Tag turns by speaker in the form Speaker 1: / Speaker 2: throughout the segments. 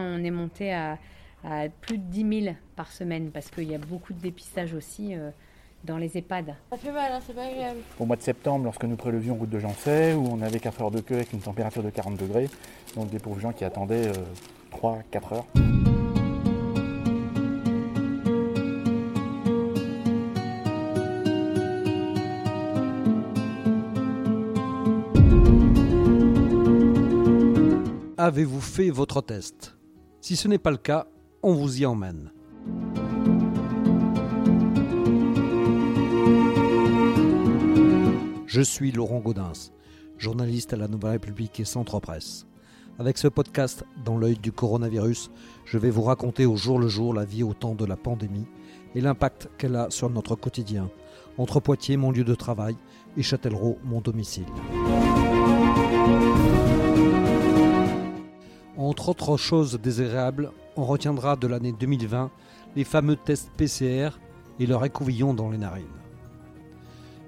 Speaker 1: on est monté à, à plus de 10 000 par semaine parce qu'il y a beaucoup de dépistage aussi euh, dans les EHPAD.
Speaker 2: Ça fait mal, hein, c'est pas agréable.
Speaker 3: Au mois de septembre, lorsque nous prélevions route de Jancet, où on avait 4 heures de queue avec une température de 40 degrés, donc des pauvres gens qui attendaient 3-4 heures.
Speaker 4: Avez-vous fait votre test Si ce n'est pas le cas, on vous y emmène. Je suis Laurent Gaudens, journaliste à la Nouvelle République et Centre Presse. Avec ce podcast, dans l'œil du coronavirus, je vais vous raconter au jour le jour la vie au temps de la pandémie et l'impact qu'elle a sur notre quotidien, entre Poitiers, mon lieu de travail, et Châtellerault, mon domicile. Entre autres choses désagréables, on retiendra de l'année 2020 les fameux tests PCR et leur écouvillon dans les narines.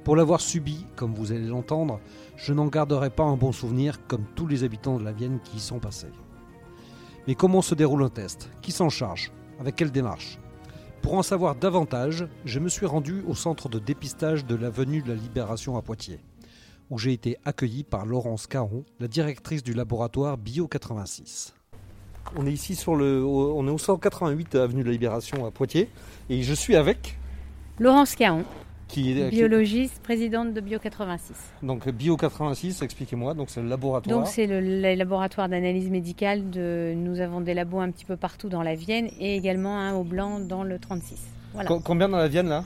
Speaker 4: Pour l'avoir subi, comme vous allez l'entendre, je n'en garderai pas un bon souvenir comme tous les habitants de la Vienne qui y sont passés. Mais comment se déroule un test Qui s'en charge Avec quelle démarche Pour en savoir davantage, je me suis rendu au centre de dépistage de l'avenue de la Libération à Poitiers, où j'ai été accueilli par Laurence Caron, la directrice du laboratoire Bio 86. On est ici sur le, on est au 188 avenue de la Libération à Poitiers, et je suis avec
Speaker 1: Laurence Caron,
Speaker 4: qui est qui-
Speaker 1: biologiste, présidente de Bio 86.
Speaker 4: Donc Bio 86, expliquez-moi, donc c'est le laboratoire.
Speaker 1: Donc c'est le, le laboratoire d'analyse médicale. De, nous avons des labos un petit peu partout dans la Vienne et également un au Blanc dans le 36. Voilà.
Speaker 4: Co- Combien dans la Vienne là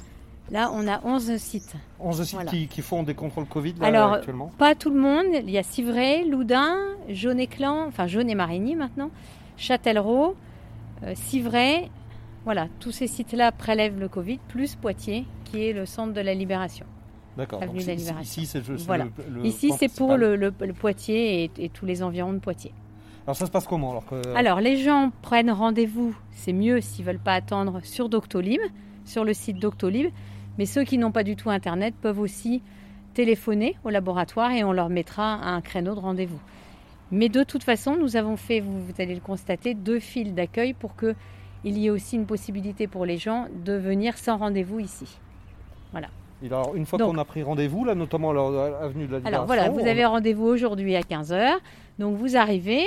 Speaker 1: Là, on a 11 sites.
Speaker 4: 11 sites
Speaker 1: Voilà.
Speaker 4: qui, qui font des contrôles Covid là,
Speaker 1: Alors,
Speaker 4: actuellement.
Speaker 1: Pas tout le monde. Il y a Civray, Loudun, Jaunet-Clan, enfin Jaunet-Marigny maintenant, Châtellerault, euh, Civray. Voilà, tous ces sites-là prélèvent le Covid, plus Poitiers, qui est le centre de la libération.
Speaker 4: D'accord.
Speaker 1: avenue
Speaker 4: donc
Speaker 1: de la
Speaker 4: ici-
Speaker 1: Libération.
Speaker 4: Ici, c'est le- c'est
Speaker 1: Voilà.
Speaker 4: le- le
Speaker 1: Ici,
Speaker 4: point
Speaker 1: c'est pour
Speaker 4: principal.
Speaker 1: le, le- le Poitiers et, et tous les environs de Poitiers.
Speaker 4: Alors ça se passe comment alors que-
Speaker 1: Alors, les gens prennent rendez-vous, c'est mieux s'ils veulent pas attendre, sur Doctolib, sur le site Doctolib. Mais ceux qui n'ont pas du tout Internet peuvent aussi téléphoner au laboratoire et on leur mettra un créneau de rendez-vous. Mais de toute façon, nous avons fait, vous, vous allez le constater, deux files d'accueil pour que il y ait aussi une possibilité pour les gens de venir sans rendez-vous ici.
Speaker 4: Et alors, une fois
Speaker 1: Donc-
Speaker 4: qu'on a pris rendez-vous là, notamment alors, à l'avenue de la Libération.
Speaker 1: Alors voilà, vous
Speaker 4: on-
Speaker 1: avez rendez-vous aujourd'hui à 15h. Donc vous arrivez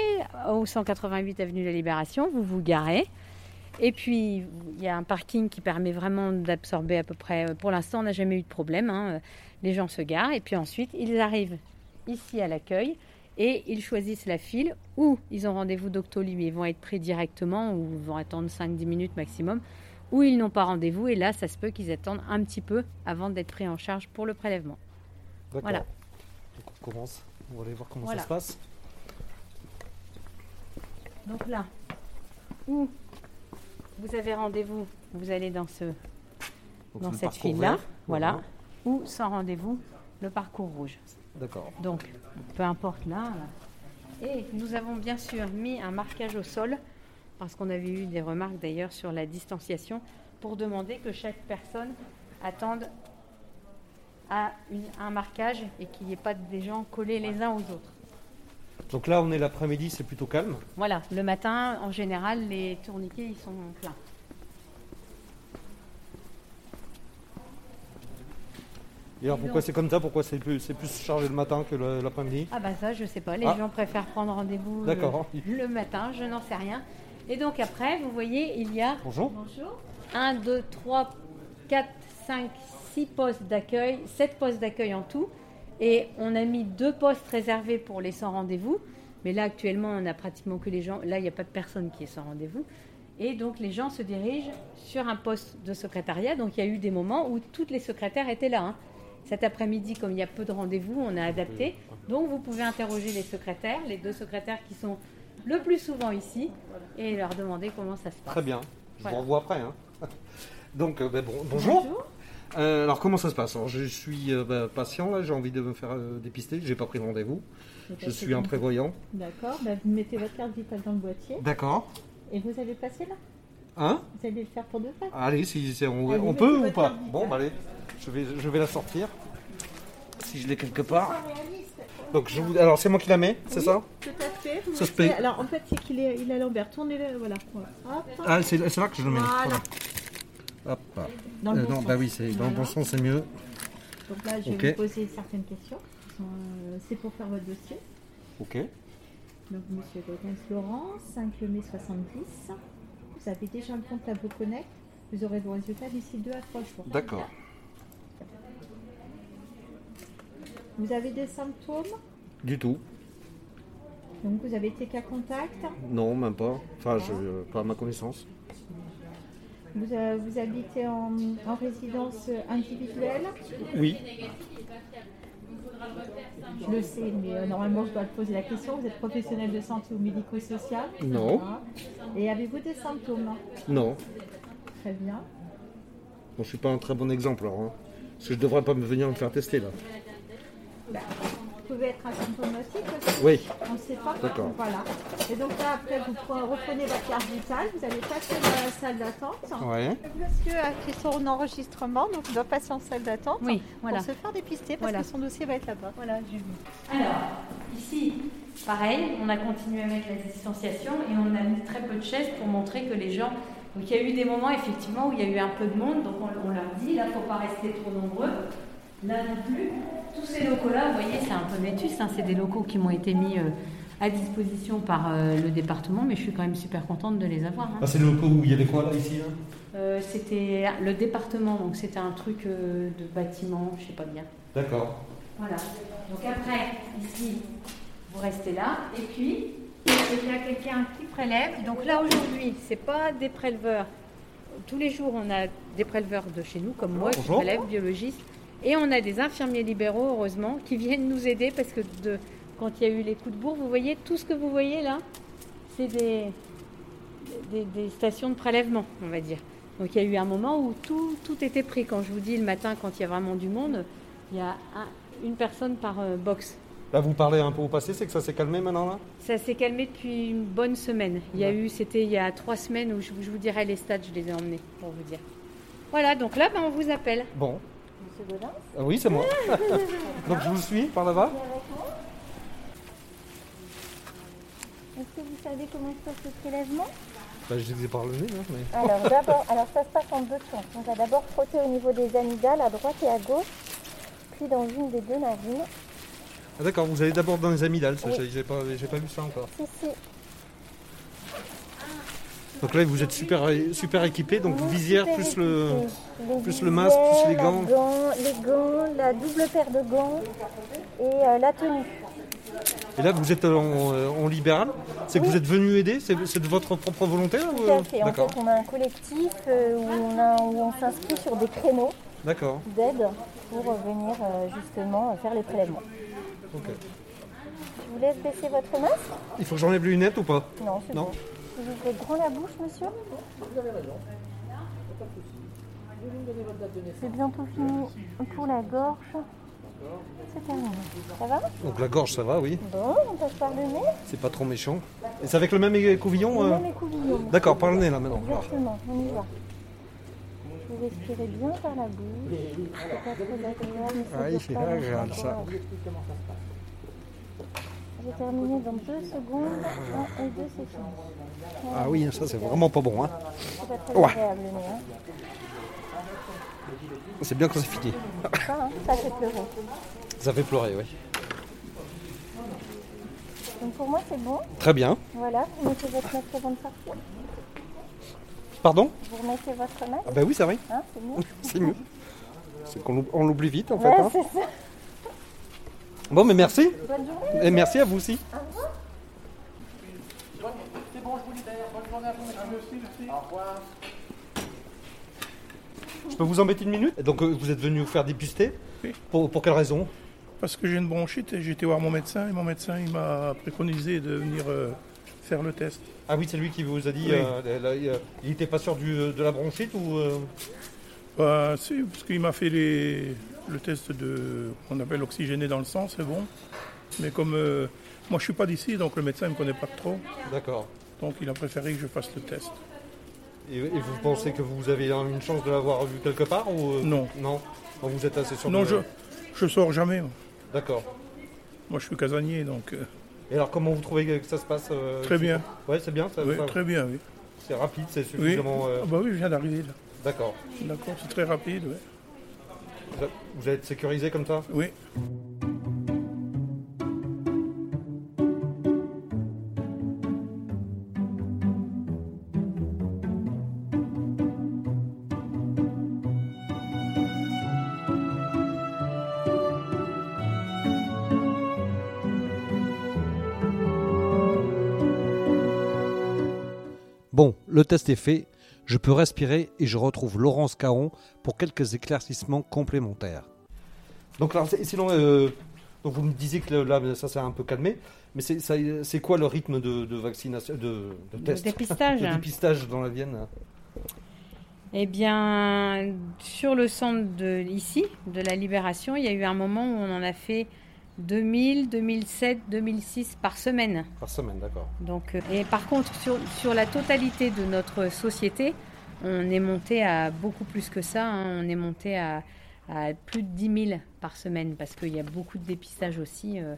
Speaker 1: au 188 avenue de la Libération, vous vous garez. Et puis il y a un parking qui permet vraiment d'absorber à peu près. euh, Pour l'instant, on n'a jamais eu de problème. hein. Les gens se garent et puis ensuite ils arrivent ici à l'accueil et ils choisissent la file ou ils ont rendez-vous Doctolib et ils vont être pris directement ou ils vont attendre 5-10 minutes maximum ou ils n'ont pas rendez-vous et là ça se peut qu'ils attendent un petit peu avant d'être pris en charge pour le prélèvement.
Speaker 4: D'accord.
Speaker 1: voilà.
Speaker 4: Donc on commence. On va aller voir comment
Speaker 1: Voilà.
Speaker 4: ça se passe.
Speaker 1: Donc là, où vous avez rendez-vous, vous allez dans, ce,
Speaker 4: Donc,
Speaker 1: dans
Speaker 4: c'est le
Speaker 1: cette
Speaker 4: parcours
Speaker 1: file-là,
Speaker 4: vert.
Speaker 1: voilà, ou sans rendez-vous, le parcours rouge.
Speaker 4: D'accord.
Speaker 1: Donc, peu importe là. là. Et nous avons bien sûr mis un marquage au sol, parce qu'on avait eu des remarques d'ailleurs sur la distanciation, pour demander que chaque personne attende à une- un marquage et qu'il n'y ait pas des gens collés les uns aux autres.
Speaker 4: Donc là, on est l'après-midi, c'est plutôt calme.
Speaker 1: Voilà, le matin, en général, les tourniquets, ils sont pleins.
Speaker 4: Et alors,
Speaker 1: Et
Speaker 4: pourquoi
Speaker 1: donc-
Speaker 4: c'est comme ça Pourquoi c'est plus, c'est plus chargé le matin que le- l'après-midi
Speaker 1: Ah bah ça, je sais pas. Les
Speaker 4: Ah.
Speaker 1: gens préfèrent prendre rendez-vous
Speaker 4: D'accord.
Speaker 1: le, le matin, je n'en sais rien. Et donc après, vous voyez, il y a
Speaker 4: Bonjour.
Speaker 1: 1, 2, 3, 4, 5, 6 postes d'accueil, 7 postes d'accueil en tout. Et on a mis deux postes réservés pour les sans rendez-vous. Mais là, actuellement, on a pratiquement que les gens. Là, il n'y a pas de personne qui est sans rendez-vous. Et donc, les gens se dirigent sur un poste de secrétariat. Donc, il y a eu des moments où toutes les secrétaires étaient là. hein. Cet après-midi, comme il y a peu de rendez-vous, on a adapté. Donc, vous pouvez interroger les secrétaires, les deux secrétaires qui sont le plus souvent ici, et leur demander comment ça se passe.
Speaker 4: Très bien. Je
Speaker 1: Voilà.
Speaker 4: vous revois après. hein. Donc, euh, ben, bon- bonjour. Euh, alors, comment ça se passe Alors, Je suis euh, ben, patient, là, j'ai envie de me faire euh, dépister, j'ai pas pris rendez-vous. Je suis un prévoyant.
Speaker 5: D'accord, bah, vous mettez votre carte vitale dans le boîtier
Speaker 4: D'accord.
Speaker 5: et vous allez passer là.
Speaker 4: Hein
Speaker 5: Vous allez le faire pour deux fois.
Speaker 4: Allez, si, si on,
Speaker 5: Allez,
Speaker 4: on
Speaker 5: mettez
Speaker 4: peut ou
Speaker 5: votre
Speaker 4: pas
Speaker 5: carte
Speaker 4: Bon, bah, allez, je vais, je vais la sortir. Si je l'ai quelque part. Donc, je vous... Alors, c'est moi qui la mets, c'est ça
Speaker 5: Tout à fait.
Speaker 6: fait. vous
Speaker 4: Ça se
Speaker 6: mettez-
Speaker 4: paye.
Speaker 6: Alors en fait, c'est qu'il est, il est à l'envers. Tournez-le, voilà. Voilà. Hop.
Speaker 4: Ah, c'est c'est là que je le mets.
Speaker 6: Voilà.
Speaker 4: Hop.
Speaker 6: Dans le
Speaker 4: Euh,
Speaker 6: bon
Speaker 4: non,
Speaker 6: sens.
Speaker 4: bah oui, c'est dans le bon
Speaker 6: Voilà.
Speaker 4: sens, c'est mieux.
Speaker 6: Donc là, je vais
Speaker 4: Ok.
Speaker 6: vous poser certaines questions. qui sont, euh, c'est pour faire votre dossier.
Speaker 4: Ok.
Speaker 6: Donc, monsieur Gaudens Laurent, 5 mai 70. Vous avez déjà un compte à Connect. Vous aurez vos résultats d'ici 2 à 3 jours.
Speaker 4: D'accord.
Speaker 6: Vous avez des symptômes.
Speaker 4: Du tout.
Speaker 6: Donc, vous avez été cas contact.
Speaker 4: Non, même pas. Enfin, je, pas à ma connaissance.
Speaker 6: Vous, euh, vous habitez en, en résidence individuelle.
Speaker 4: Oui.
Speaker 6: Je le sais, mais euh, normalement, je dois te poser la question. Vous êtes professionnel de santé ou médico-social
Speaker 4: Non.
Speaker 6: Voilà. Et avez-vous des symptômes
Speaker 4: Non.
Speaker 6: Très bien.
Speaker 4: Bon, je suis pas un très bon exemple, alors. hein. Parce que je devrais pas me venir me faire tester, là.
Speaker 6: Vous pouvez être asymptomatique aussi
Speaker 4: Oui.
Speaker 6: On ne sait pas.
Speaker 4: D'accord.
Speaker 6: Voilà. Et donc là, après, vous pre- reprenez votre carte vitale, vous allez passer dans la salle d'attente.
Speaker 4: Ouais.
Speaker 6: Monsieur a fait son enregistrement, donc il doit passer en salle d'attente
Speaker 1: Oui, voilà.
Speaker 6: pour se faire dépister
Speaker 1: parce
Speaker 6: parce
Speaker 1: Voilà.
Speaker 6: que
Speaker 1: que
Speaker 6: son dossier va être là-bas. Voilà, j'ai vu.
Speaker 1: Alors, ici, pareil, on a continué à mettre la distanciation et on a mis très peu de chaises pour montrer que les gens. Donc, il y a eu des moments, effectivement, où il y a eu un peu de monde, donc on, on leur dit là, faut pas rester trop nombreux. Là non plus. Tous ces locaux-là, vous voyez, c'est un peu métus, hein, c'est des locaux qui m'ont été mis euh, à disposition par euh, le département, mais je suis quand même super contente de les avoir. hein.
Speaker 7: Ah, c'est le locaux où il y avait quoi là ici hein.
Speaker 1: Euh, c'était le département, donc c'était un truc euh, de bâtiment, je sais pas bien.
Speaker 7: D'accord.
Speaker 1: Voilà. Donc après, ici, vous restez là. Et puis, il y a quelqu'un qui prélève. Donc là, aujourd'hui, c'est pas des préleveurs. Tous les jours, on a des préleveurs de chez nous, comme moi,
Speaker 4: Bonjour.
Speaker 1: qui prélèvent, biologistes. Et on a des infirmiers libéraux, heureusement, qui viennent nous aider parce que de, quand il y a eu les coups de bourre, vous voyez, tout ce que vous voyez là, c'est des, des, des stations de prélèvement, on va dire. Donc il y a eu un moment où tout, tout était pris. Quand je vous dis le matin, quand il y a vraiment du monde, il y a un- une personne par euh, box.
Speaker 4: Là, vous parlez un peu au passé, c'est que ça s'est calmé maintenant, là
Speaker 1: Ça s'est calmé depuis une bonne semaine. Il y a eu, c'était il y a trois semaines où je, je vous dirai les stats, je les ai emmenés pour vous dire. Voilà, donc là, ben, on vous appelle.
Speaker 4: Bon.
Speaker 6: Monsieur Godin,
Speaker 4: Ah oui, c'est moi. Donc, je vous suis par là-bas
Speaker 2: Est-ce que vous savez comment se passe le prélèvement
Speaker 4: Bah, je les ai par le nez, hein, mais.
Speaker 6: Ah.
Speaker 2: Alors d'abord, alors ça se passe en deux temps. On va d'abord frotter au niveau des amygdales à droite et à gauche, puis dans une des deux narines.
Speaker 4: Ah, d'accord, vous allez d'abord dans les amygdales, ça,
Speaker 2: Oui.
Speaker 4: j'ai j'ai pas, j'ai pas vu ça encore.
Speaker 2: Si, si,
Speaker 4: Donc là, vous êtes super, super équipé, donc
Speaker 2: nous,
Speaker 4: visière
Speaker 2: super
Speaker 4: plus le.
Speaker 2: équipés. Les
Speaker 4: plus le masque, plus
Speaker 2: visières,
Speaker 4: les gants.
Speaker 2: la gants- les gants, la double paire de gants et euh, la tenue.
Speaker 4: Et là, vous êtes en, euh, en libéral C'est que
Speaker 2: Oui.
Speaker 4: vous êtes venu aider C'est c'est de votre propre volonté là, ou-
Speaker 2: Tout à fait. En
Speaker 4: Euh, D'accord,
Speaker 2: fait, on a un collectif euh, où on, a- où on s'inscrit sur des créneaux
Speaker 4: d'accord.
Speaker 2: d'aide pour euh, venir euh, justement euh, faire les prélèvements.
Speaker 4: ok.
Speaker 2: Je vous laisse baisser votre masque.
Speaker 4: Il faut que j'enlève les lunettes ou pas
Speaker 2: Non, c'est
Speaker 4: Non.
Speaker 2: bon. Vous ouvrez grand la bouche, monsieur C'est bientôt fini pour la gorge. C'est terminé. Ça va
Speaker 4: Donc la gorge, ça va, oui.
Speaker 2: Bon, on passe par le nez.
Speaker 4: C'est pas trop méchant. Et c'est avec le même écouvillon
Speaker 2: Le
Speaker 4: euh,
Speaker 2: même écouvillon.
Speaker 4: D'accord, par le nez là maintenant. Alors,
Speaker 2: Exactement, on y va. Vous respirez bien par la bouche. C'est pas très agréable, mais ça
Speaker 4: Ah,
Speaker 2: dure
Speaker 4: c'est
Speaker 2: pas longtemps.
Speaker 4: agréable, ça.
Speaker 2: J'ai terminé dans deux secondes. Un et deux, c'est fini.
Speaker 4: Ah oui, ça c'est vraiment pas bon. Hein.
Speaker 2: C'est pas très
Speaker 4: Ouais.
Speaker 2: agréable, le nez. hein.
Speaker 4: C'est bien quand c'est fini.
Speaker 2: Ça, hein, ça fait pleurer.
Speaker 4: Ça fait pleurer, oui.
Speaker 2: Donc pour moi, c'est bon.
Speaker 4: Très bien.
Speaker 2: Voilà, vous mettez votre masque avant de sortir.
Speaker 4: Pardon
Speaker 2: Vous remettez votre masque,
Speaker 4: Ah bah oui, c'est vrai.
Speaker 2: hein, c'est mieux.
Speaker 4: C'est mieux. C'est qu'on l'oub- on l'oublie vite en fait.
Speaker 2: Ouais,
Speaker 4: hein.
Speaker 2: c'est ça.
Speaker 4: Bon, mais merci.
Speaker 2: Bonne journée.
Speaker 4: Et merci à vous aussi. Je peux vous embêter une minute Donc euh, vous êtes venu vous faire dépister
Speaker 8: Oui.
Speaker 4: pour, pour quelle raison
Speaker 8: Parce que j'ai une bronchite et j'ai été voir mon médecin et mon médecin il m'a préconisé de venir euh, faire le test.
Speaker 4: Ah oui, c'est lui qui vous a dit
Speaker 8: Oui.
Speaker 4: euh, là, il, euh, il était pas sûr du, euh, de la bronchite ou euh,
Speaker 8: Bah, si, parce qu'il m'a fait les- le test de qu'on appelle oxygéné dans le sang, c'est bon. Mais comme euh, moi je suis pas d'ici, donc le médecin ne me connaît pas trop,
Speaker 4: D'accord.
Speaker 8: donc il a préféré que je fasse le test.
Speaker 4: Et, et vous pensez que vous avez euh, une chance de l'avoir vu quelque part ou euh,
Speaker 8: Non.
Speaker 4: Non. Donc, vous êtes assez sûr
Speaker 8: Non,
Speaker 4: de-
Speaker 8: je je sors jamais. moi.
Speaker 4: D'accord.
Speaker 8: Moi je suis casanier, donc euh,
Speaker 4: Et alors, comment vous trouvez que ça se passe euh,
Speaker 8: Très
Speaker 4: c'est-
Speaker 8: bien,
Speaker 4: Ouais, c'est bien, ça,
Speaker 8: oui,
Speaker 4: ça-
Speaker 8: très bien, oui.
Speaker 4: c'est rapide, c'est
Speaker 8: Oui,
Speaker 4: suffisamment. euh,
Speaker 8: Ah bah oui, je viens d'arriver là.
Speaker 4: D'accord.
Speaker 8: D'accord, c'est très rapide, oui.
Speaker 4: Vous êtes- Vous allez être sécurisé comme ça
Speaker 8: Oui,
Speaker 7: Bon, le test est fait, je peux respirer et je retrouve Laurence Caron pour quelques éclaircissements complémentaires.
Speaker 4: Donc là, c'est- sinon, euh, donc vous me disiez que là, ça s'est un peu calmé, mais c'est ça- c'est quoi le rythme de, de vaccination, de, de
Speaker 1: Le
Speaker 4: test,
Speaker 1: dépistage.
Speaker 4: de dépistage dans la Vienne hein,
Speaker 1: Eh bien, sur le centre de ici, de la Libération, il y a eu un moment où on en a fait 2000, 2007, 2006 par semaine.
Speaker 4: par semaine, d'accord.
Speaker 1: Donc, euh, et par contre, sur, sur la totalité de notre société, on est monté à beaucoup plus que ça. hein. On est monté à, à plus de 10 000 par semaine parce qu'il y a beaucoup de dépistages aussi euh,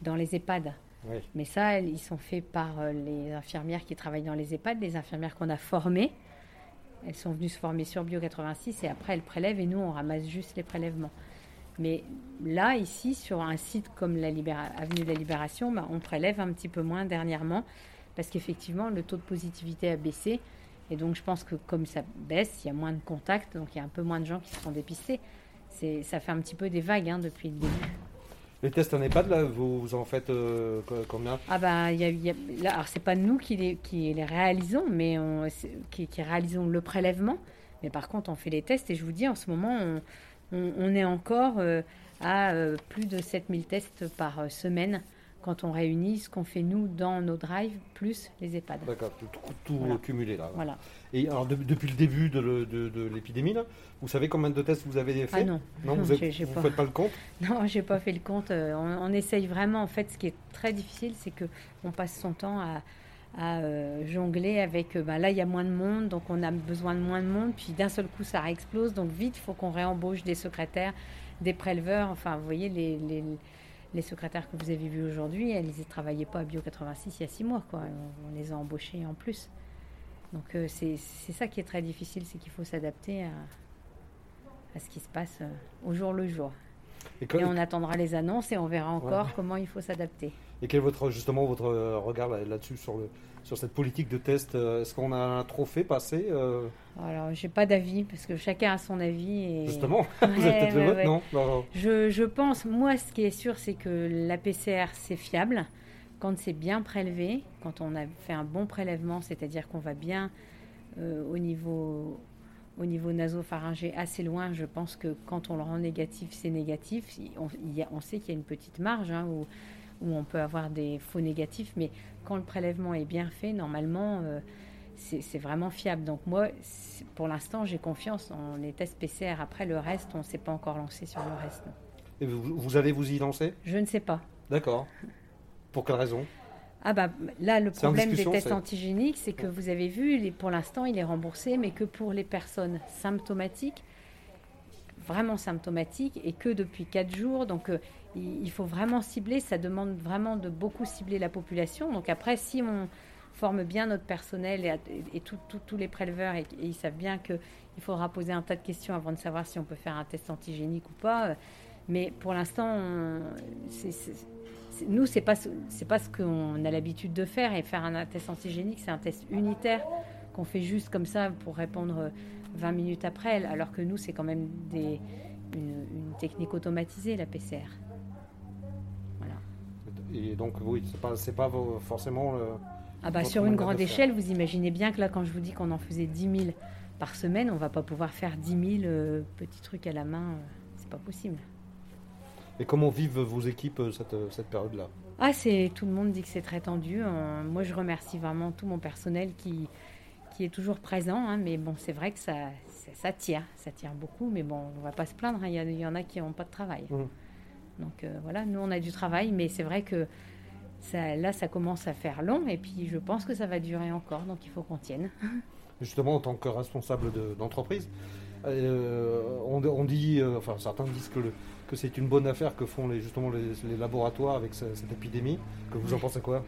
Speaker 1: dans les EHPAD.
Speaker 4: Oui.
Speaker 1: Mais ça, ils sont faits par euh, les infirmières qui travaillent dans les EHPAD, les infirmières qu'on a formées. Elles sont venues se former sur Bio 86 et après elles prélèvent et nous on ramasse juste les prélèvements. Mais là, ici, sur un site comme la Libéra- Avenue de la Libération, bah, on prélève un petit peu moins dernièrement parce qu'effectivement, le taux de positivité a baissé. Et donc, je pense que comme ça baisse, il y a moins de contacts, donc il y a un peu moins de gens qui se sont dépistés. C'est, ça fait un petit peu des vagues hein, depuis le début.
Speaker 4: Les tests en EHPAD, là, vous, vous en faites euh, co- combien
Speaker 1: Ah bah, il y a- il y a- là, alors c'est pas nous qui les, qui les réalisons, mais on, c'est- qui, qui réalisons le prélèvement. Mais par contre, on fait les tests et je vous dis, en ce moment, on, on- on est encore euh, à euh, plus de 7000 tests par euh, semaine quand on réunit ce qu'on fait nous dans nos drives, plus les EHPAD.
Speaker 4: D'accord, tout, tout- tout
Speaker 1: Voilà.
Speaker 4: cumulé là.
Speaker 1: Voilà.
Speaker 4: Et alors, de- depuis le début de, le- de- de l'épidémie, là, vous savez combien de tests vous avez fait
Speaker 1: Ah non,
Speaker 4: vous
Speaker 1: j'ai- j'ai
Speaker 4: ne
Speaker 1: pas.
Speaker 4: faites pas le compte
Speaker 1: Non, j'ai pas fait le compte. Euh, On, on essaye vraiment. En fait, ce qui est très difficile, c'est que on passe son temps à, à, euh, jongler avec. euh, bah, là, il y a moins de monde, donc on a besoin de moins de monde. Puis d'un seul coup, ça réexplose. Donc vite, il faut qu'on réembauche des secrétaires, des préleveurs. Enfin, vous voyez les. les- les secrétaires que vous avez vus aujourd'hui, elles ne travaillaient pas à Bio 86 il y a six mois. Quoi. On, on les a embauchées en plus. Donc euh, c'est c'est ça qui est très difficile, c'est qu'il faut s'adapter à, à ce qui se passe euh, au jour le jour.
Speaker 4: et, que-
Speaker 1: Et on attendra les annonces et on verra encore comment il faut s'adapter.
Speaker 4: et quel est votre, justement votre euh, regard là- là-dessus, sur, le- sur cette politique de test euh, Est-ce qu'on a un trophée passé euh,
Speaker 1: Alors, j'ai pas d'avis parce que chacun a son avis. Et
Speaker 4: Justement, vous
Speaker 1: Ouais,
Speaker 4: avez peut-être le
Speaker 1: ouais,
Speaker 4: vote,
Speaker 1: ouais.
Speaker 4: non Non, non.
Speaker 1: Je, je pense, moi, ce qui est sûr, c'est que la PCR, c'est fiable. Quand c'est bien prélevé, quand on a fait un bon prélèvement, c'est-à-dire qu'on va bien euh, au niveau au niveau nasopharyngé assez loin, je pense que quand on le rend négatif, c'est négatif. On, il y a- on sait qu'il y a une petite marge hein, où, où on peut avoir des faux négatifs, mais quand le prélèvement est bien fait, normalement, euh, c'est c'est vraiment fiable. Donc moi, c'est- pour l'instant, j'ai confiance en les tests PCR. Après, le reste, on ne s'est pas encore lancé sur le reste. non.
Speaker 4: Et vous, vous allez vous y lancer
Speaker 1: Je ne sais pas.
Speaker 4: D'accord. Pour quelle raison
Speaker 1: Ah bah là, le
Speaker 4: C'est en
Speaker 1: problème des
Speaker 4: discussion,
Speaker 1: tests
Speaker 4: c'est-
Speaker 1: antigéniques, c'est que vous avez vu, il est- pour l'instant, il est remboursé, mais que pour les personnes symptomatiques, vraiment symptomatiques, et que depuis 4 jours. Donc euh, il il faut vraiment cibler, ça demande vraiment de beaucoup cibler la population. Donc après, si on forme bien notre personnel et, à- et- et tout- tout- tous les préleveurs, et, et ils savent bien qu'il faudra poser un tas de questions avant de savoir si on peut faire un test antigénique ou pas. euh, Mais pour l'instant, on- c'est- c'est- c'est- nous, c'est pas ce- c'est pas ce qu'on a l'habitude de faire. Et faire un test antigénique, c'est un test unitaire qu'on fait juste comme ça pour répondre euh, 20 minutes après. Alors que nous, c'est quand même des- une, une technique automatisée, la PCR. Voilà.
Speaker 4: Et donc, oui, c'est pas, c'est pas vo- forcément. euh,
Speaker 1: Ah bah
Speaker 4: Quand
Speaker 1: sur
Speaker 4: on a
Speaker 1: une
Speaker 4: le droit
Speaker 1: grande
Speaker 4: de faire.
Speaker 1: échelle, vous imaginez bien que là, quand je vous dis qu'on en faisait 10 000 par semaine, on va pas pouvoir faire 10 000 euh, petits trucs à la main. euh, c'est pas possible.
Speaker 4: Et comment vivent vos équipes euh, cette, euh, cette période-là
Speaker 1: Ah, c'est tout le monde dit que c'est très tendu. Euh, moi, je remercie vraiment tout mon personnel qui, qui est toujours présent. hein. mais bon, c'est vrai que ça, ça, ça tire, ça tire beaucoup. Mais bon, on va pas se plaindre. hein. Il y a- il y, en a qui n'ont pas de travail.
Speaker 4: Mhm.
Speaker 1: Donc euh, voilà, nous on a du travail, mais c'est vrai que ça, là, ça commence à faire long. Et puis, je pense que ça va durer encore. Donc, il faut qu'on tienne.
Speaker 4: Justement, en tant que responsable de- d'entreprise, Euh, on, on dit, euh, enfin certains disent que, le- que c'est une bonne affaire que font les, justement les, les laboratoires avec ce- cette épidémie. Que vous en pensez quoi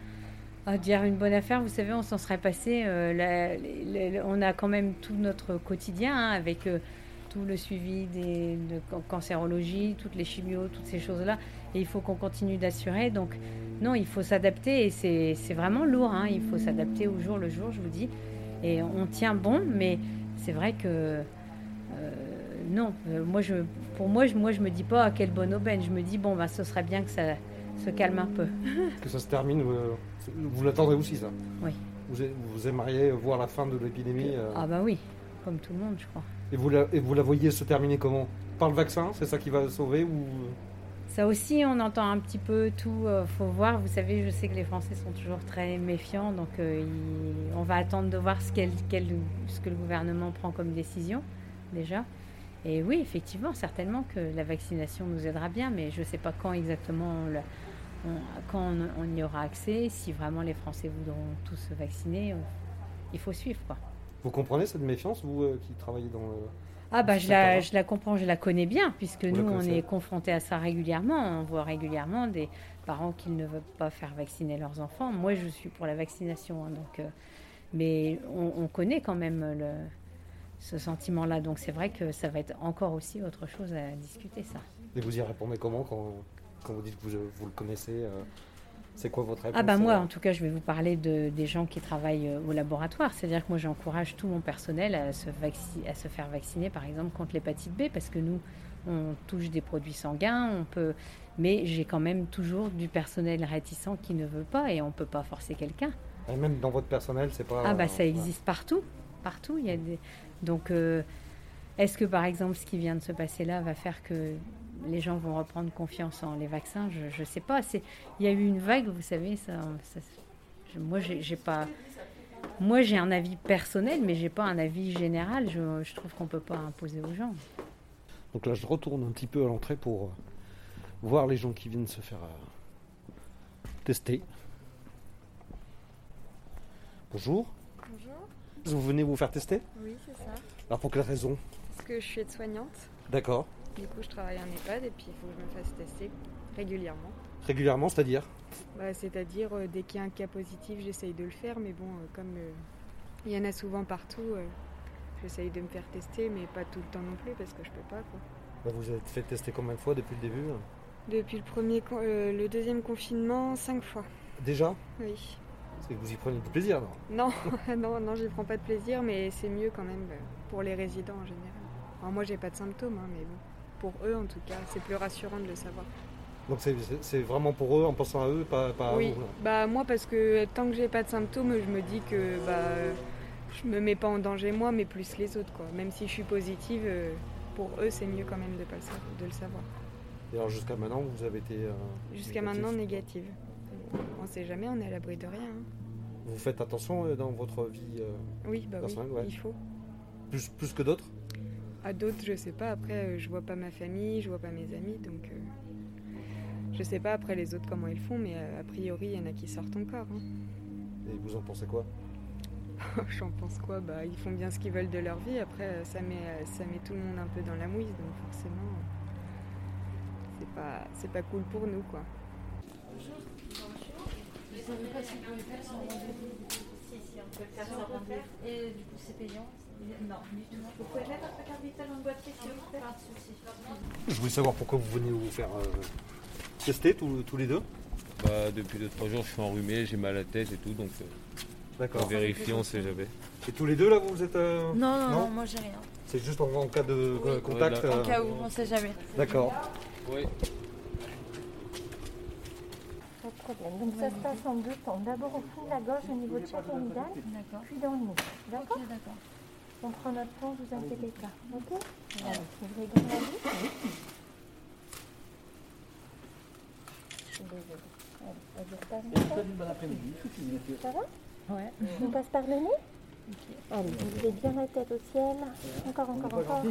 Speaker 1: Ah, dire une bonne affaire, vous savez, on s'en serait passé. euh, la- les- les- on a quand même tout notre quotidien hein, avec euh, tout le suivi des, de can- cancérologie, toutes les chimios, toutes ces choses-là. Et il faut qu'on continue d'assurer. Donc, non, il faut s'adapter et c'est c'est vraiment lourd. hein, il faut s'adapter au jour le jour, je vous dis. Et on tient bon, mais c'est vrai que. euh, non, Euh, moi je, pour moi je, moi je me dis pas à quelle bonne aubaine. Je me dis bon ben ce serait bien que ça se calme un peu.
Speaker 4: Que ça se termine euh, c'est- Vous l'attendrez aussi ça
Speaker 1: Oui.
Speaker 4: Vous, a- vous aimeriez voir la fin de l'épidémie euh,
Speaker 1: Ah bah oui, comme tout le monde, je crois.
Speaker 4: et, vous la, et vous la voyez se terminer comment Par le vaccin C'est ça qui va sauver ou euh,
Speaker 1: Ça aussi, on entend un petit peu tout. euh, faut voir. Vous savez, je sais que les Français sont toujours très méfiants, donc euh, ils- on va attendre de voir ce, qu'elle- quel- ce que le gouvernement prend comme décision déjà. Et oui, effectivement, certainement que la vaccination nous aidera bien, mais je ne sais pas quand exactement on, le- on- quand on, on y aura accès. Si vraiment les Français voudront tous se vacciner, euh, il faut suivre, quoi.
Speaker 4: Vous comprenez cette méfiance, vous euh, qui travaillez dans le.
Speaker 1: Ah bah je
Speaker 4: D'accord.
Speaker 1: la, je la comprends, je la connais bien, puisque
Speaker 4: Vous la
Speaker 1: nous on
Speaker 4: connaissez.
Speaker 1: est confrontés à ça régulièrement. On voit régulièrement des parents qui ne veulent pas faire vacciner leurs enfants. Moi je suis pour la vaccination, hein, donc, euh, mais on, on connaît quand même le, ce sentiment-là. Donc c'est vrai que ça va être encore aussi autre chose à discuter ça.
Speaker 4: Et vous y répondez comment quand, quand vous dites que vous, vous le connaissez euh, C'est quoi votre réponse
Speaker 1: Ah bah moi,
Speaker 4: euh,
Speaker 1: en tout cas, je vais vous parler de, des gens qui travaillent euh, au laboratoire. C'est-à-dire que moi, j'encourage tout mon personnel à se, vacci- à se faire vacciner, par exemple, contre l'hépatite B, parce que nous, on touche des produits sanguins, on peut... Mais j'ai quand même toujours du personnel réticent qui ne veut pas, et on ne peut pas forcer quelqu'un.
Speaker 4: Et même dans votre personnel, c'est pas.
Speaker 1: Ah bah
Speaker 4: euh,
Speaker 1: ça existe partout, partout. Il y a des... Donc euh, est-ce que par exemple ce qui vient de se passer là va faire que les gens vont reprendre confiance en les vaccins Je ne sais pas. C'est... Il y a eu une vague, vous savez, ça, ça- je- moi j'ai, j'ai pas... Moi j'ai un avis personnel, mais j'ai pas un avis général. Je, je trouve qu'on peut pas imposer aux gens.
Speaker 4: Donc là, je retourne un petit peu à l'entrée pour euh, voir les gens qui viennent se faire euh, tester. Bonjour.
Speaker 9: Bonjour.
Speaker 4: Vous venez vous faire tester
Speaker 9: Oui, c'est ça.
Speaker 4: Alors pour quelle raison
Speaker 9: Parce que je suis aide-soignante.
Speaker 4: D'accord.
Speaker 9: Du coup, je travaille en EHPAD et puis il faut que je me fasse tester régulièrement.
Speaker 4: Régulièrement, c'est-à-dire
Speaker 9: Bah, C'est-à-dire, euh, dès qu'il y a un cas positif, j'essaye de le faire, mais bon, euh, comme euh, il y en a souvent partout, euh, j'essaye de me faire tester, mais pas tout le temps non plus parce que je peux pas. quoi.
Speaker 4: Bah, Vous êtes fait tester combien de fois depuis le début euh
Speaker 9: Depuis le, premier, con- euh, le deuxième confinement, cinq fois.
Speaker 4: Déjà
Speaker 9: Oui.
Speaker 4: C'est que vous y prenez du plaisir. alors.
Speaker 9: Non, non, non, j'y prends pas de plaisir, mais c'est mieux quand même euh, pour les résidents en général. Alors, moi, j'ai pas de symptômes, hein, mais bon. Pour eux, en tout cas, c'est plus rassurant de le savoir.
Speaker 4: Donc c'est- c'est c'est vraiment pour eux, en pensant à eux, pas, pas à
Speaker 9: oui,
Speaker 4: vous, là.
Speaker 9: bah moi parce que tant que j'ai pas de symptômes, je me dis que bah euh, je me mets pas en danger moi, mais plus les autres quoi. Même si je suis positive, euh, pour eux c'est mieux quand même de pas le, sa- de le savoir.
Speaker 4: Et alors jusqu'à maintenant, vous avez été. euh,
Speaker 9: Jusqu'à
Speaker 4: négatif.
Speaker 9: maintenant négative. On sait jamais, on est à l'abri de rien. hein.
Speaker 4: Vous faites attention euh, dans votre vie euh,
Speaker 9: Oui, bah oui,
Speaker 4: Personne, ouais.
Speaker 9: il faut.
Speaker 4: plus, plus que d'autres
Speaker 9: À d'autres, je sais pas. Après, euh, je vois pas ma famille, je vois pas mes amis, donc euh, je sais pas après les autres comment ils font, mais euh, a priori il y en a qui sortent encore. hein.
Speaker 4: Et vous en pensez quoi
Speaker 9: J'en pense quoi Bah ils font bien ce qu'ils veulent de leur vie. Après euh, ça met euh, ça met tout le monde un peu dans la mouise, donc forcément euh, c'est pas c'est pas cool pour nous quoi.
Speaker 1: Et du coup, c'est payant Non,
Speaker 6: Vous pouvez mettre votre carte vitale en boîtier, s'il vous plaît
Speaker 4: Je voulais savoir pourquoi vous venez vous faire euh, tester tous, tous les deux.
Speaker 10: Bah, depuis 2-3 jours, je suis enrhumé, j'ai mal à la tête et tout, donc euh, on
Speaker 4: D'accord.
Speaker 10: vérifie, on sait jamais.
Speaker 4: Et tous les deux là, vous êtes. euh,
Speaker 11: Non, non,
Speaker 4: Non.
Speaker 11: non, moi j'ai rien.
Speaker 4: C'est juste en, en cas de
Speaker 11: Oui.
Speaker 4: euh, contact.
Speaker 10: Ouais,
Speaker 11: En
Speaker 4: euh,
Speaker 11: cas où, on sait jamais.
Speaker 4: D'accord.
Speaker 10: Oui.
Speaker 2: Pas de problème. Donc ça se passe en deux temps. D'abord au fond de la gorge au niveau tibial,
Speaker 11: D'accord.
Speaker 2: puis dans le nez. D'accord
Speaker 11: Ok, d'accord.
Speaker 2: On prend notre temps, vous inquiétez pas. Ok Alors, vous ouvrez grand la bouche. Je suis désolée. Allez, on vous repasse par- Ça va
Speaker 1: Ouais.
Speaker 2: On passe par le nez Allez, vous ouvrez bien la tête au ciel. Encore, encore, encore.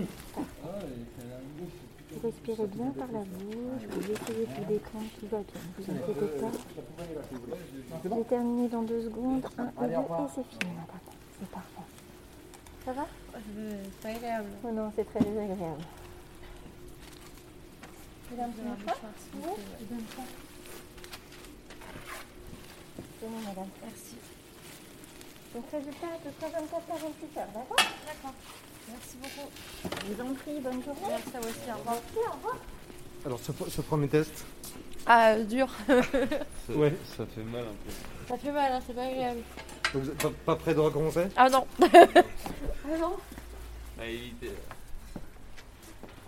Speaker 2: Vous respirez bien par la bouche, vous essayez de vous détendre, tout va bien, ne vous inquiétez pas. J'ai terminé dans deux secondes, un, et deux, et c'est fini, madame. C'est parfait. Ça va
Speaker 11: Euh, c'est pas agréable.
Speaker 2: Oh Non, c'est très désagréable.
Speaker 11: J'ai
Speaker 6: Ah,
Speaker 11: la mâchoire, s'il vous plaît, ouais.
Speaker 2: Tenez, madame.
Speaker 11: Merci.
Speaker 2: Donc, résultat de 324 48 heures, d'accord
Speaker 11: D'accord. Merci beaucoup.
Speaker 2: Je vous en prie, bonne journée.
Speaker 11: Merci à vous aussi. Au revoir.
Speaker 4: Alors, ce, ce premier test,
Speaker 11: Ah, dur.
Speaker 10: Ça,
Speaker 4: Ouais.
Speaker 10: ça fait mal un peu.
Speaker 11: Ça fait mal, hein, c'est pas agréable.
Speaker 4: vous êtes pas, pas prêt de recommencer
Speaker 11: Ah non.
Speaker 2: Ah non
Speaker 10: À éviter.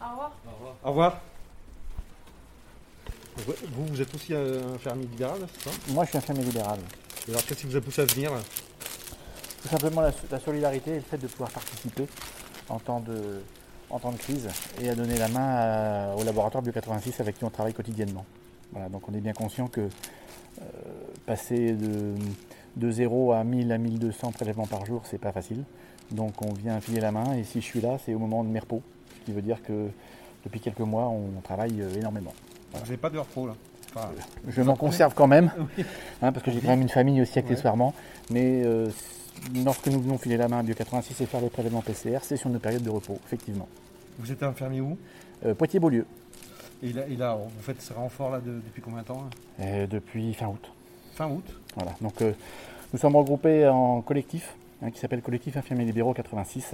Speaker 11: Au revoir.
Speaker 10: Au revoir.
Speaker 4: Au revoir. Ouais, Vous, vous êtes aussi euh, infirmier libéral, c'est ça
Speaker 3: Moi, je suis infirmier libéral.
Speaker 4: Et Alors, qu'est-ce qui vous a poussé à venir là
Speaker 3: Tout simplement la, la solidarité et le fait de pouvoir participer en temps de, en temps de crise et à donner la main à- au laboratoire Bio 86 avec qui on travaille quotidiennement. Voilà, donc on est bien conscient que euh, passer de, de 0 à 1000 à 1200 prélèvements par jour, c'est pas facile. Donc on vient filer la main et si je suis là, c'est au moment de mes repos. Ce qui veut dire que depuis quelques mois, on travaille euh, énormément.
Speaker 4: Vous n'avez pas de heure pro là Enfin,
Speaker 3: Je m'en conserve quand même, hein, parce que j'ai quand même une famille aussi accessoirement. Mais euh, lorsque nous venons filer la main à Bio86 et faire les prélèvements PCR, c'est sur nos périodes de repos, effectivement.
Speaker 4: Vous êtes infirmier où
Speaker 3: Euh, Poitiers-Beaulieu,
Speaker 4: et là, et là, vous faites ce renfort là de- depuis combien de temps là
Speaker 3: euh, depuis fin août.
Speaker 4: Fin août
Speaker 3: Voilà. Donc euh, nous sommes regroupés en collectif, hein, qui s'appelle Collectif Infirmiers Libéraux 86.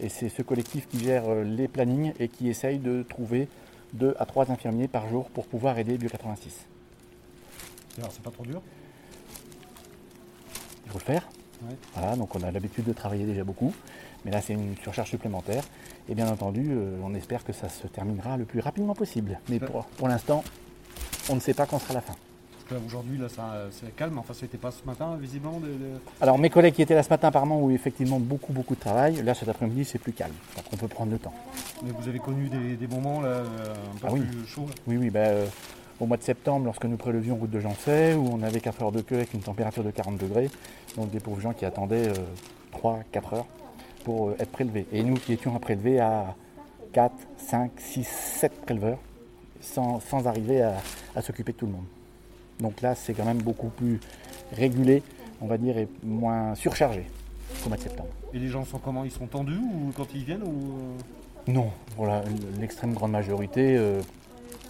Speaker 3: Et c'est ce collectif qui gère euh, les plannings et qui essaye de trouver deux à trois infirmiers par jour pour pouvoir aider Bio86.
Speaker 4: Alors, c'est pas trop dur
Speaker 3: il faut le faire.
Speaker 4: Ouais.
Speaker 3: Voilà, donc on a l'habitude de travailler déjà beaucoup, mais là c'est une surcharge supplémentaire. Et bien entendu, euh, on espère que ça se terminera le plus rapidement possible. Mais
Speaker 4: Ouais.
Speaker 3: pour, pour l'instant, on ne sait pas quand sera la fin.
Speaker 4: Parce que là, aujourd'hui, là, ça, euh, c'est calme. Enfin, c'était pas ce matin, visiblement. de- de-
Speaker 3: Alors mes collègues qui étaient là ce matin apparemment ont eu effectivement beaucoup beaucoup de travail. Là cet après-midi c'est plus calme, donc on peut prendre le temps.
Speaker 4: Mais vous avez connu des, des moments là, euh, un peu
Speaker 3: Ah oui.
Speaker 4: plus chauds. là.
Speaker 3: Oui, oui, bah, euh, au mois de septembre, lorsque nous prélevions route de Jancet, où on avait 4 heures de queue avec une température de 40 degrés, donc des pauvres gens qui attendaient 3-4 heures pour euh, être prélevés. Et nous qui étions à prélever à 4, 5, 6, 7 préleveurs, sans, sans arriver à, à s'occuper de tout le monde. Donc là, c'est quand même beaucoup plus régulé, on va dire, et moins surchargé qu'au mois de septembre.
Speaker 4: Et les gens sont comment Ils sont tendus ou quand ils viennent ou... euh
Speaker 3: Non, pour la- l'extrême grande majorité, euh,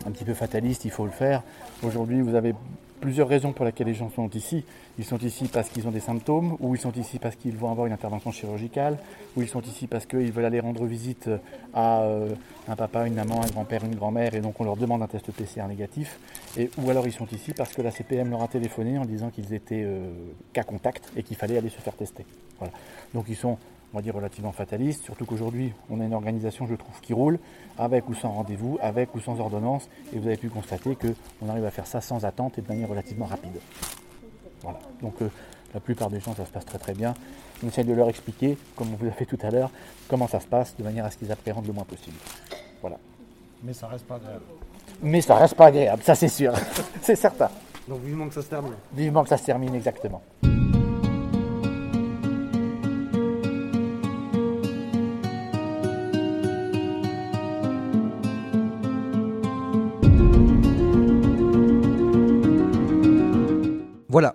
Speaker 3: un petit peu fataliste, il faut le faire. Aujourd'hui, vous avez plusieurs raisons pour lesquelles les gens sont ici. Ils sont ici parce qu'ils ont des symptômes, ou ils sont ici parce qu'ils vont avoir une intervention chirurgicale, ou ils sont ici parce qu'ils veulent aller rendre visite à euh, un papa, une maman, un grand-père, une grand-mère, et donc on leur demande un test PCR négatif. Et, ou alors ils sont ici parce que la CPM leur a téléphoné en disant qu'ils étaient euh, cas contact et qu'il fallait aller se faire tester. Voilà. Donc ils sont on va dire relativement fataliste, surtout qu'aujourd'hui on a une organisation, je trouve, qui roule, avec ou sans rendez-vous, avec ou sans ordonnance, et vous avez pu constater qu'on arrive à faire ça sans attente et de manière relativement rapide. Voilà. Donc euh, la plupart des gens, ça se passe très très bien. On essaie de leur expliquer, comme on vous a fait tout à l'heure, comment ça se passe, de manière à ce qu'ils appréhendent le moins possible. Voilà.
Speaker 4: Mais ça reste pas agréable.
Speaker 3: Mais ça reste pas agréable, ça c'est sûr, c'est certain.
Speaker 4: Donc vivement que ça se termine.
Speaker 3: Vivement que ça se termine exactement.
Speaker 7: Voilà,